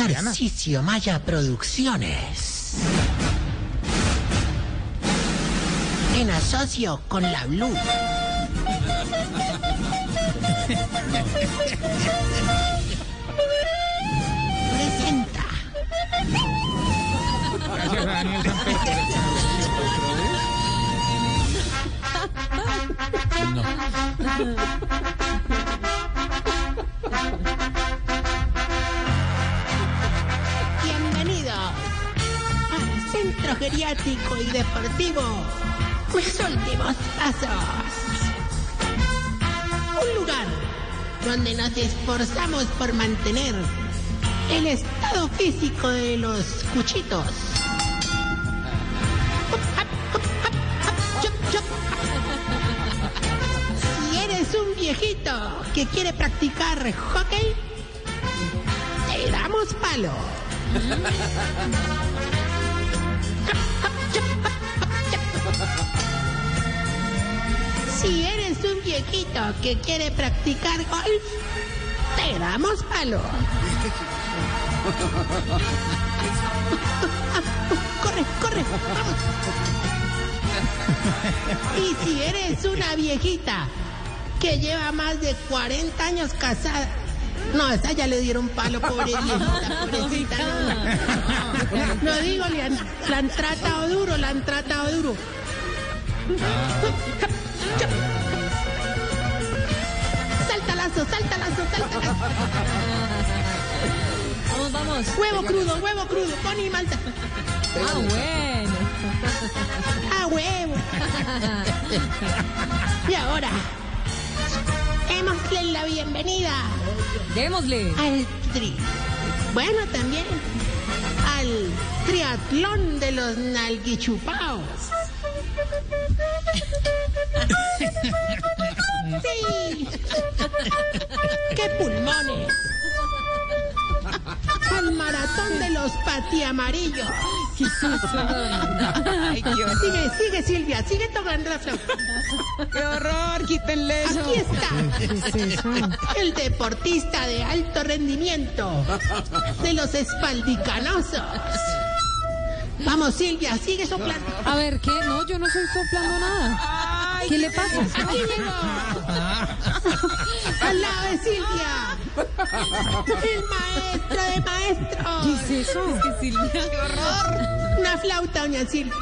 Tarcicio Maya Producciones. En asocio con la Blue. Presenta Gracias a Daniel Samper. Bienvenidos al Centro Geriátrico y Deportivo Mis Últimos Pasos. Un lugar donde nos esforzamos por mantener el estado físico de los cuchitos. Si eres un viejito que quiere practicar hockey, te damos palo. Si eres un viejito que quiere practicar golf, te damos palo. Corre, corre, vamos. Y si eres una viejita que lleva más de 40 años casada, no, esa ya le dieron palo, pobre viejita, pobrecita. No, No digo, le han- la han tratado duro, la han tratado duro. Salta lazo, salta lazo, salta lazo. Vamos, vamos. Huevo crudo, huevo crudo, pon y malta. Ah, bueno. ¡A huevo! Y ahora, démosle la bienvenida Démosle. al tri. Bueno, también al triatlón de los nalguichupaos. ¡Sí! ¡Qué pulmones! Al maratón de los patiamarillos. Sigue, sigue Silvia, sigue tocando la flauta. ¡Qué horror! ¡Quítenle eso! Aquí está el deportista de alto rendimiento de los espaldicanosos. Vamos Silvia, sigue soplando. A ver, ¿qué? No, yo no estoy soplando nada. ¡Ay, ¿Qué le pasa? Aquí llegó. Al lado de Silvia. El maestro de maestros. ¿Qué es eso? Una flauta, doña Silvia.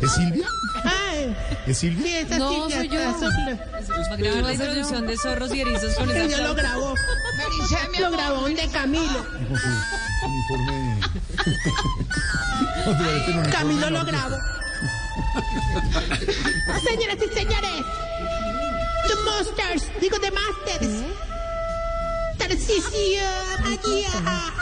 ¿Es Silvia? Ay, ¿Es Silvia? sí, esa No, Silvia soy yo. está sopla- la introducción de zorros y erizos con Ella esa lo flauta. grabó. Marisa, mi Lo amor. grabó un de Camilo. Con su uniforme. No, de verdad que no, no, Camilo no, lo no. grabo. Señoras y señores, The Monsters, digo The Masters, Tarcisio Magia.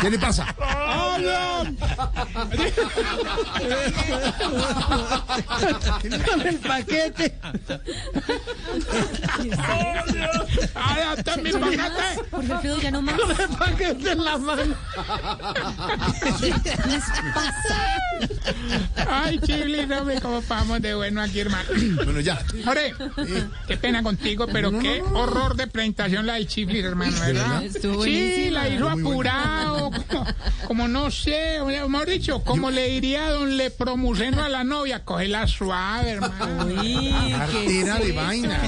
¿Qué le pasa? Con el paquete. Jorge Alfredo, ya no más. Con el paquete en la mano. Ay, Chibli, sabe cómo vamos de bueno aquí, hermano. Bueno, ya. Jorge, qué pena contigo, pero qué horror de presentación la del Chibli, hermano, ¿verdad? Estuvo Sí, la hizo Muy apurado, como, como no sé, o sea, mejor dicho, como le diría don Lepromuceno a la novia, cógela suave, hermano. Cartera de vaina.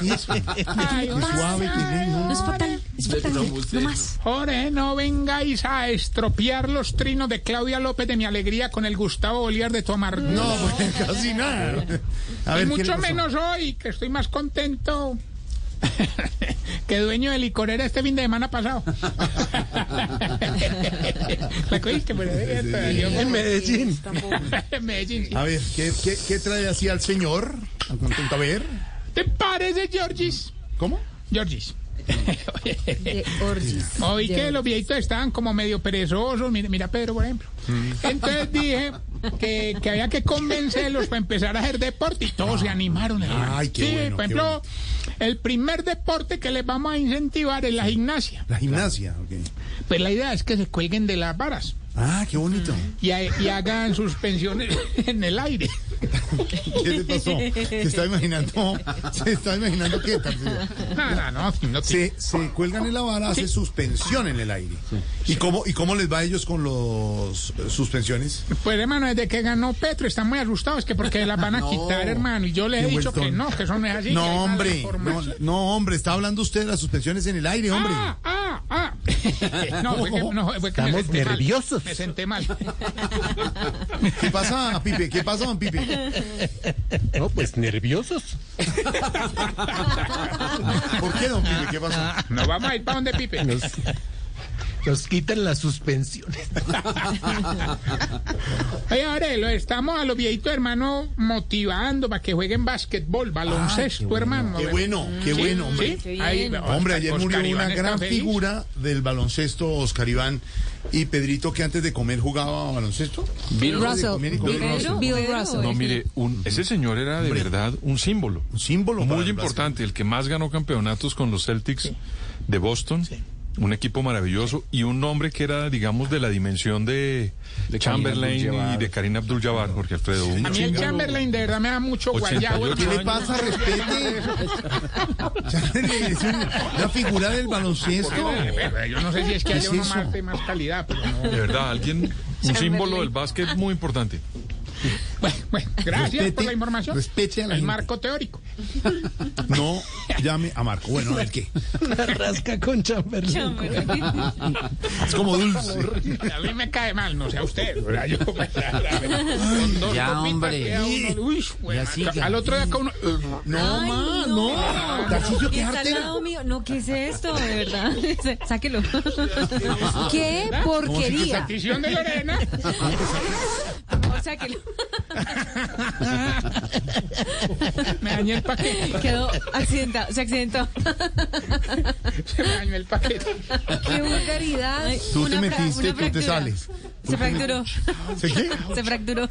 Sí, eso. Ay, Qué suave que es, ¿no? No es fatal, es fatal. No más. Jorge, no vengáis a estropear los trinos de Claudia López de mi alegría con el Gustavo Bolívar de tu amargura. No, pues casi nada. A y ver, ¿qué le mucho pasó? menos hoy, que estoy más contento que dueño de licorera este fin de semana pasado. ¿La cogiste? Pero, eh, yo En Medellín. en Medellín. A ver, ¿qué, qué, qué trae así al señor? Al contento, a ver. ¿Te parece, Georgis? ¿Cómo? Georgis. De orgis. Oí De que los viejitos estaban como medio perezosos, mira, mira Pedro, por ejemplo. Mm. Entonces dije que, que había que convencerlos para empezar a hacer deporte y todos se animaron. hermano. Ay, qué sí, bueno, por qué ejemplo, el primer deporte que les vamos a incentivar es la gimnasia. La gimnasia. ok. Pues la idea es que se cuelguen de las varas. Ah, qué bonito. y, ha- y hagan sus pensiones en el aire. ¿Qué le pasó? Se está imaginando, se está imaginando qué tal. señor. No, no, no, no Se, se cuelgan en la vara, hace suspensión en el aire. ¿Y cómo, ¿Y cómo les va a ellos con los eh, suspensiones? Pues hermano, desde que ganó Petro están muy asustados que porque las van a No. quitar, hermano. Y yo les he Qué dicho que vueltón. no, que eso no es así. que hay No, mala hombre, no, información. no, hombre, está hablando usted de las suspensiones en el aire, hombre. Ah, ah, ah. No, fue que, no, fue que me Estamos senté nerviosos. mal. Me senté mal. ¿Qué pasa, Pipe? ¿Qué pasa, don Pipe? No, pues nerviosos. ¿Por qué, don Pipe? ¿Qué pasó? No vamos a ir para donde Pipe. Nos, nos quitan las suspensiones. Oye, Aurelio, estamos a los viejitos hermanos motivando para que jueguen básquetbol, baloncesto, hermano. Ah, Qué bueno, qué Sí, bueno, hombre. sí. Qué bien. Ahí, Hombre, Oscar- ayer Oscar murió Iván una está gran feliz. figura del baloncesto, Oscar Iván. Y Pedrito, que antes de comer jugaba baloncesto. Bill Antes de Russell. comer y comer Bill Russell. Bill Russell. No, mire, un- ese señor era de verdad un símbolo. Un símbolo para Muy el importante, el que más ganó campeonatos con los Celtics de Boston. Un equipo maravilloso y un hombre que era, digamos, de la dimensión de, Chamberlain y de Karina Abdul-Jabbar, porque Alfredo, un A mí el Chamberlain de verdad me da mucho guayabo. 88 ¿Qué le años. pasa? Respete. Charlie, es un- una figura del baloncesto. Pero Yo no sé si es que ¿Qué haya es uno eso? más de más calidad, pero no. de verdad, alguien, un símbolo del básquet muy importante. Bueno, bueno, gracias por Respete- la información. respete a la El gente. marco teórico. No llame a Marco. Bueno, a ver qué. Una rasca con Chamberlain. Es como dulce. A mí me cae mal, no sé a usted. ¿verdad? Yo, la verdad, con dos Ya, copitas hombre. queda uno, uy, güey, Ya macho. siga. al otro día con uno. eh, No, Ay, ma, no. no. Tarcisio, Y qué está al jartera. lado mío. No, ¿qué es esto? De verdad. Sáquelo. ¡Qué porquería! petición de Lorena. Amor, Sáquelo. Me dañé el paquete. Quedó accidentado. Se accidentó. Se me dañó el paquete. ¡Qué vulgaridad! Ay, Tú una te fra- metiste, una tú te fractura. sales. Se fracturó. ¿Se qué? Se fracturó.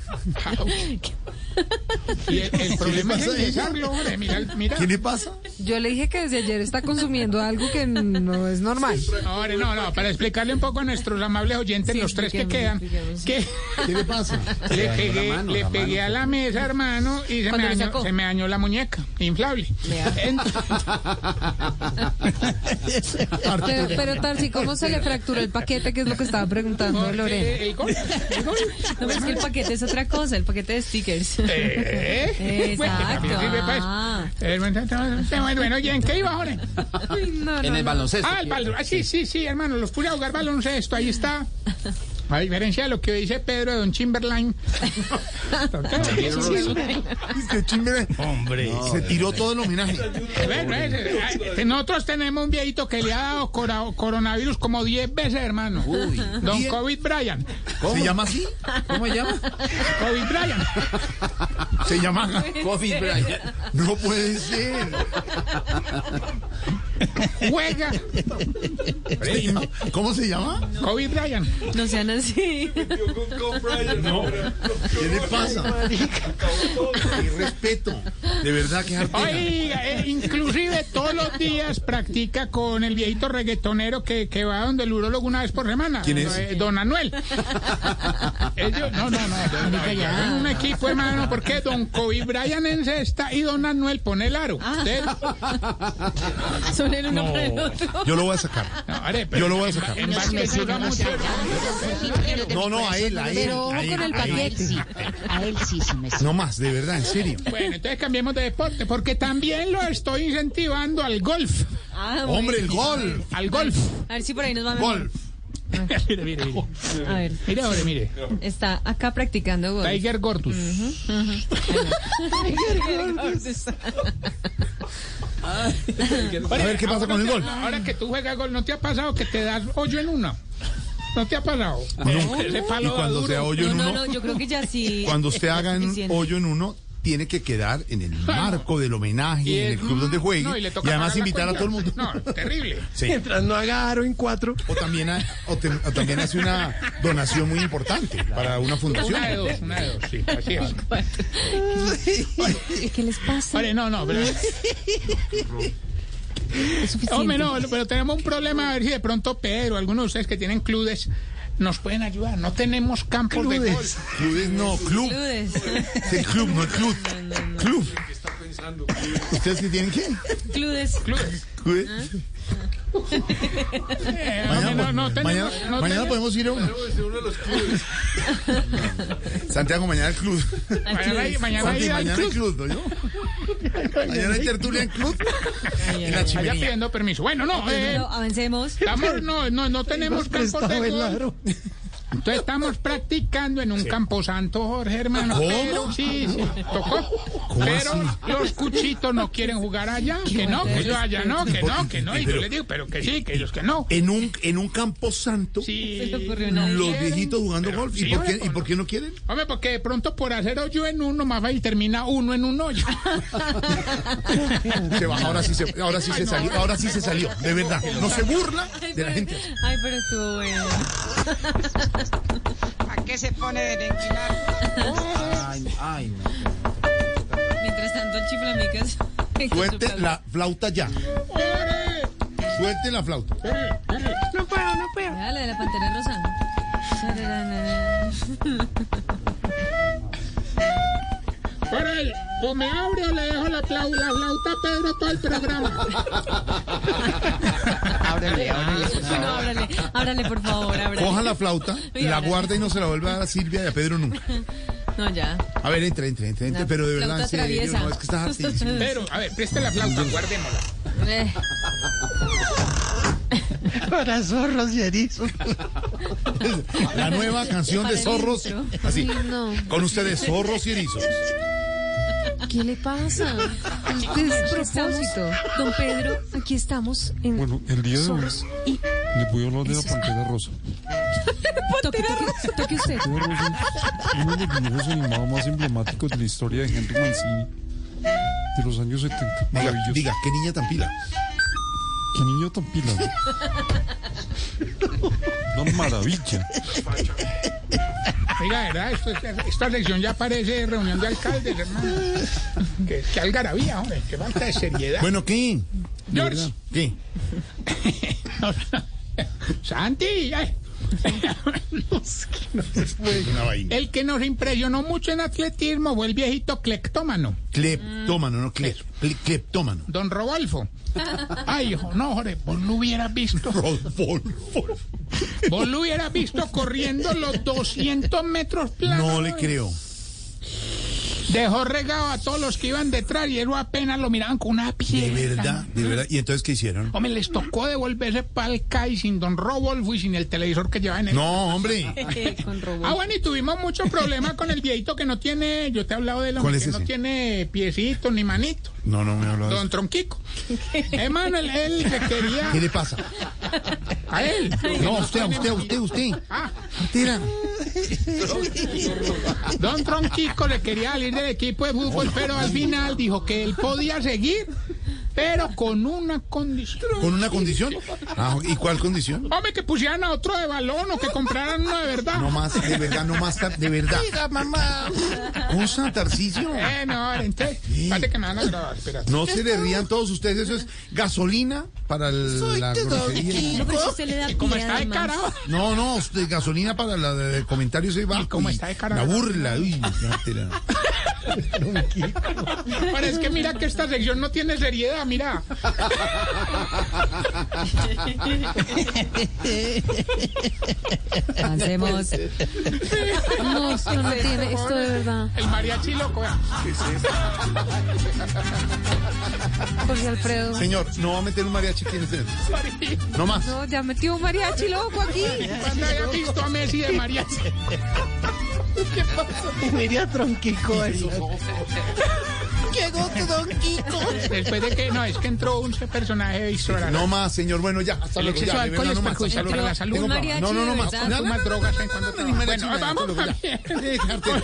Y el, el problema es pasa a ella? empezarlo, hombre. Mira, mira. ¿Qué le pasa? Yo le dije que desde ayer está consumiendo algo que no es normal. Ahora, no, no, para explicarle un poco a nuestros amables oyentes, Sí, los tres que quedan, explíqueme, explíqueme. que ¿Qué le pasa? le pegué, mano, le la pegué a la mesa, hermano, y se Cuando me, lo dañó, sacó. se me dañó la muñeca, inflable. Pero, pero Tarsi, ¿cómo se le fracturó el paquete? Que es lo que estaba preguntando Porque Lorena. el gol- el gol- No, pero es que el paquete es otra cosa. El paquete de stickers. Eh, bueno, Exacto. también sirve para eso. Ah. Eh, bueno, Bueno, bueno, ¿y en qué iba, Jorge? Ay, no, En no, el no. baloncesto. Ah, el balón. Ah, sí, sí, sí, hermano, los puse a jugar baloncesto, ahí está. A diferencia de lo que dice Pedro de Don Chamberlain. Es que chimbe. Hombre. Se tiró todo el homenaje. Bueno, ese- ah, este, nosotros tenemos un viejito que le ha dado cora- coronavirus como 10 veces, hermano. Don ¿Diez? COVID Bryan. ¿Se llama así? ¿Cómo se llama? COVID Bryan. Se llama. Coffee Brian. No puede ser. Juega ¿Se llama- ¿Cómo se llama? COVID Bryan. No sean así. ¿Qué le pasa? Qué respeto. De verdad, qué jartera. Oiga, eh, inclusive todos los días practica con el viejito reggaetonero que, que va donde el urólogo una vez por semana. ¿Quién es? Eh, Don Anuel. Ellos, no, no, no. Son un equipo, hermano, porque Don Kobe Bryant en cesta y Don Anuel pone el aro. Usted- Son el uno para el otro. Yo lo voy a sacar. no, hombre, pero Yo lo voy a sacar. en básquet juega mucho. No, no, a él, a él. Pero ojo a él, con el a él. paquete. A él sí se me No más, de verdad, en serio. Bueno, entonces cambiemos de deporte, porque también lo estoy incentivando al golf. Ah, bueno. Hombre, el gol. Al golf. A ver si por ahí nos va mejor. Gol. mire, mire, mire. A ver. Mire, hombre, mire. Está acá practicando golf. Tiger Gordus. A ver qué pasa con el gol. Ahora que tú juegas gol, ¿no te ha pasado que te das hoyo en una? ¿No te ha pasado? Nunca. Ese Y palo va cuando duro. sea hoyo No, en no, uno, no, yo creo que ya sí. cuando usted haga en Suficiente. hoyo en uno, tiene que quedar en el marco del Y homenaje, en el es- club donde juegue. No, y, le toca además pagar la invitar a cuenta. todo el mundo. No, terrible. Sí. Mientras no haga aro en cuatro. O también, ha- o te- o también hace una donación muy importante para una fundación. Una de dos, una de dos, sí, así es. ¿Qué les pasa? Vale, no, no, pero... Hombre, no, pero tenemos un problema, a ver si de pronto Pedro, algunos de ustedes que tienen clubes, nos pueden ayudar. No tenemos campos de golf. Clubes. Clubes no, club. Clubes. Es el club, no el club. Club. ¿Ustedes qué tienen qué? ¿Eh? Clubes. Clubes. Clubes. Eh, Mañana, no, no po- mañana- tenemos- no mañana tenemos- podemos ir a uno. Santiago, mañana el club. Al Mañana hay- clubes. mañana Santi, hay al mañana el club. club, ¿no? yo? Mañana hay tertulia en club. En la Allá chimenea. pidiendo permiso. Bueno, no, eh, No, avancemos. estamos- no, no, no tenemos campos de golf. Entonces estamos practicando en un camposanto, Jorge, hermano. ¿Cómo? Pero, sí, sí, tocó. pero los cuchitos no quieren jugar allá. Que no, que yo allá no, que no, que no. Y yo les digo, pero que sí, que ellos que no. En un, en un campo santo, Se le Sí. ocurrió una los idea. viejitos jugando Pero golf. sí, ¿Y por, qué, hombre, ¿Y por qué no quieren? Hombre, porque de pronto por hacer hoyo en uno, más va y termina uno en un hoyo. Se va, ahora sí se, ahora sí se salió, ahora sí se salió, de verdad. No se burla Ay, de la pero- gente. Ay, pero estuvo bueno. ¿Para qué se pone de lenguinar? Mientras tanto, el chiflamicas. Suelte la flauta ya. Eh, Suelte la flauta. No puedo, no puedo. Dale, de Ah, la pantera rosa. Sararana. Para él, o me abre o le dejo la, plau- la flauta a Pedro todo el programa. Ábrele, ábrele. No, ábrale, ábrale, por favor, ábrale. Coja la flauta, la guarda y no se la vuelva a dar a Silvia y a Pedro nunca. No, ya. A ver, entra, entra, entra, entra, pero de verdad, en Flauta serio, traviesa. no, es que estás hartísimo. Pero, a ver, preste la flauta, guardémosla. Eh, Para zorros y erizos. La nueva canción de Para el zorros, intro. así, No, con ustedes, zorros y erizos. ¿qué le pasa? Este es propósito. Don Pedro, aquí estamos en Bueno, el día de hoy Solos y le voy a hablar de la pantera rosa. toque, toque, toque usted. Pantera Rosa es uno de los dibujos animados más emblemáticos de la historia de Henry Mancini de los años 70. Diga, Maravilloso. diga, qué niña tan pila. Qué niño tan pila. Una maravilla. Oiga, de ¿verdad? Esto es- esta lección ya parece reunión de alcaldes, hermano. Que, que algarabía, hombre, que falta de seriedad. Bueno, ¿qué? George, ¿Qué? Santi, ay. Una vaina. el que nos impresionó mucho en atletismo fue el viejito clectómano, Cleptómano, no clep, cle- cleptómano. don Rodolfo. Ay, hijo, no, Jorge, vos lo hubieras visto. Rodolfo. Vos lo hubieras visto corriendo los 200 metros planos. No le Jorge. creo. Dejó regado a todos los que iban detrás y ellos apenas lo miraban con una De piedra. verdad, de verdad. ¿Y entonces qué hicieron? Hombre, les tocó devolverse para el CAI sin don Rodolfo y sin el televisor que llevaban en el No, hombre. con robot. Ah, bueno, y tuvimos mucho problema con el viejito que no tiene, yo te he hablado de él, ¿Cuál hombre, es que no ese? Ah. tiene piecito ni manito, No, no me habló de don eso. Tronquico. Emanuel, él le quería ¿Qué le pasa? a él. No, usted, a usted, a usted, a usted. Ah, Partera. don Tronquico le quería salir del equipo de fútbol, pero al final dijo que él podía seguir, pero con una condición. ¿Con una condición? Ah, ¿Y cuál condición? Hombre, que pusieran a otro de balón o que compraran uno de verdad. No más, de verdad, no más, tar- de verdad. Diga, mamá. Cosa, Tarcicio. Eh, no, ahora, entonces, espérate que me van a grabar, espérate. No se le rían todos ustedes, eso es gasolina para el- la grosería. No, pero si usted le da Y como piedad, está de además. cara ahora. No, no, usted, gasolina para la de comentarios ahí bajo. cómo y está de cara? La burla, uy, Partera. Pero es que mira que esta sección no tiene seriedad, mira. Avancemos. No, esto no tiene, esto de verdad. El mariachi loco. vea. Jorge Alfredo. Señor, no va a meter un mariachi aquí en este. No más. No, ya metió un mariachi loco aquí. ¿Cuándo había visto a Messi de mariachi? Mira tronquico ahí. Llegó tu don Kiko. Después de que, no, es que entró un personaje de historia. No más, señor. Bueno, ya. Hasta El luego. exceso ya, de de alcohol verdad, es no más, perjudicial hasta para luego. la salud. Tengo pa- mariachi, No, no, no de más. verdad. No, no, Consumas no, drogas en no, cuanto no, ni trabaja. mariachi, Bueno, ni nada, vamos hasta luego, ya. también. Eh, cartera.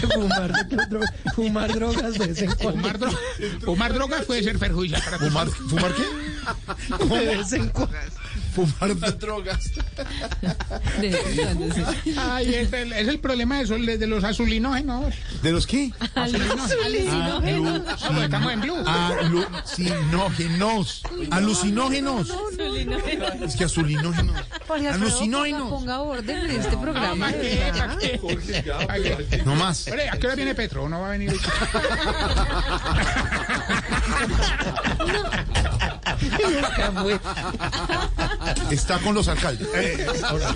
Que fumar, fumar drogas de vez en cuando. Fumar, dro- fumar drogas puede ser perjudicial para tu ¿Fumar, salud. ¿Fumar qué? De vez en cuando. Fumar drogas. De- Ay, es el, es el problema de, esos, de los azulinógenos. ¿De los qué? Azulinógenos. Ah, porque Estamos en blue. Alucinógenos. Alucinógenos. Es que azulinógenos. Jorge Alfredo, Alucinógenos. Ponga, ponga orden en este Ah, programa. Ah, ¿Para qué? ¿Para qué? ¿Para qué? No más. Hombre, ¿a qué hora viene Petro? No va a venir. hoy. Está con los alcaldes. Eh, ahora.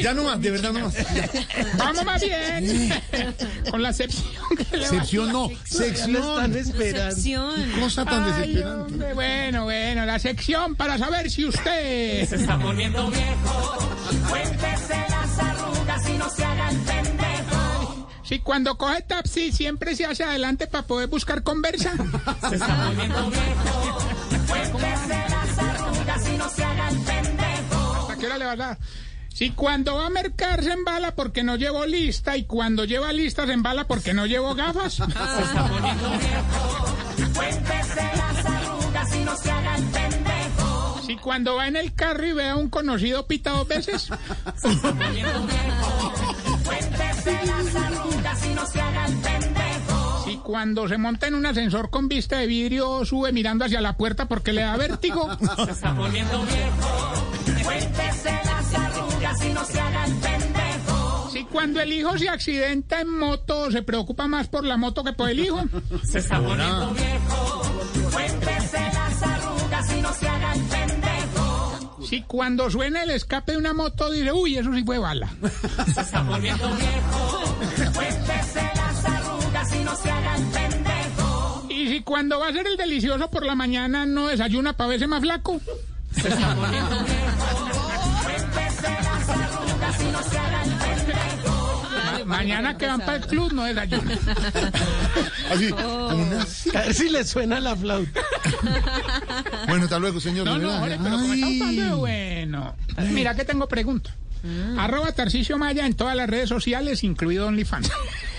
ya no más, de verdad no más. Vamos más bien. Con la excepción que le va- Sección no. Están Sección. esperando. Sección. Cosa tan Ay, desesperante. hombre, bueno, bueno, la sección para saber si usted Si cuando coge taxi siempre se hace adelante para poder buscar conversa. ¿Hasta qué hora le vas a dar? Si cuando va a mercar se embala porque no llevo lista y cuando lleva lista se embala porque no llevo gafas. Si cuando va en el carro y ve a un conocido pita dos veces. Si cuando se monta en un ascensor con vista de vidrio sube mirando hacia la puerta porque le da vértigo. Si cuando el hijo se accidenta en moto se preocupa más por la moto que por el hijo. Si cuando suena el escape de una moto dice, uy, eso sí fue bala. Y si cuando va a ser el delicioso por la mañana no desayuna para verse más flaco. Ma- Ah, Mañana que van para el club no desayuna. Así. unas- A ver si le suena la flauta. Bueno, hasta luego, señor. No, de no, verdad. Jorge, pero como Ay. estamos hablando de bueno. Mira que tengo pregunta. Arroba Tarcicio Maya en todas las redes sociales, incluido OnlyFans.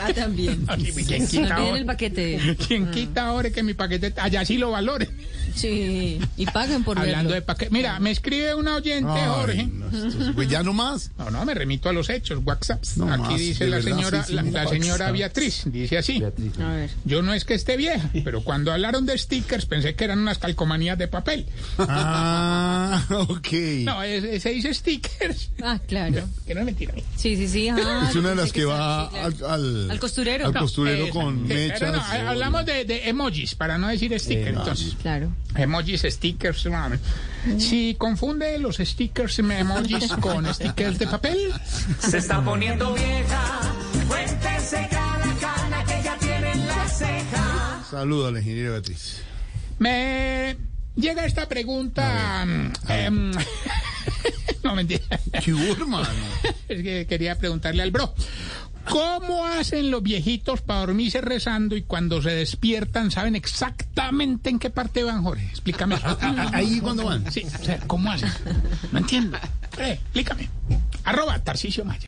Ah, también. ¿Quién quita También el ahora? paquete. Mm. ¿Quién quita ahora que mi paquete allá sí lo valore? Sí. Y paguen por Hablando de verlo. paquete. Mira, me escribe una oyente, Ay, Jorge. no, esto- pues ya no más. No, no, me remito a los hechos, WhatsApp. No Aquí más, dice de la verdad, señora, sí, sí, la, un la WhatsApp. señora Beatriz, dice así. A ver. Yo no es que esté vieja, pero cuando hablaron de stickers pensé que eran unas calcomanías de papel. Ah, ok. No, es- es- se dice stickers. Ah, claro. Que no es mentira. Sí, sí, sí. ajá. Es una de las Sí, que va sí, claro. al, al, Al costurero. Al No, costurero Esa. con Eh, Sí, pero mechas. no, eh, hablamos de, de emojis, para no decir stickers. Entonces, Claro. emojis, stickers. mami. Si confunde los stickers emojis con stickers de papel, Se está poniendo vieja. Cuéntese cada cana que ya tiene en la ceja. Saludo al ingeniero Beatriz. me llega esta pregunta. em, no mentira. ¿Qué hubo, hermano? Es que quería preguntarle al bro. ¿Cómo hacen los viejitos para dormirse rezando y cuando se despiertan saben exactamente en qué parte van, Jorge? Explícame. eso. Ah, Ahí cuando van. Sí, o sea, ¿cómo hacen? No entiendo. Eh, explícame. Arroba Tarcicio Maya.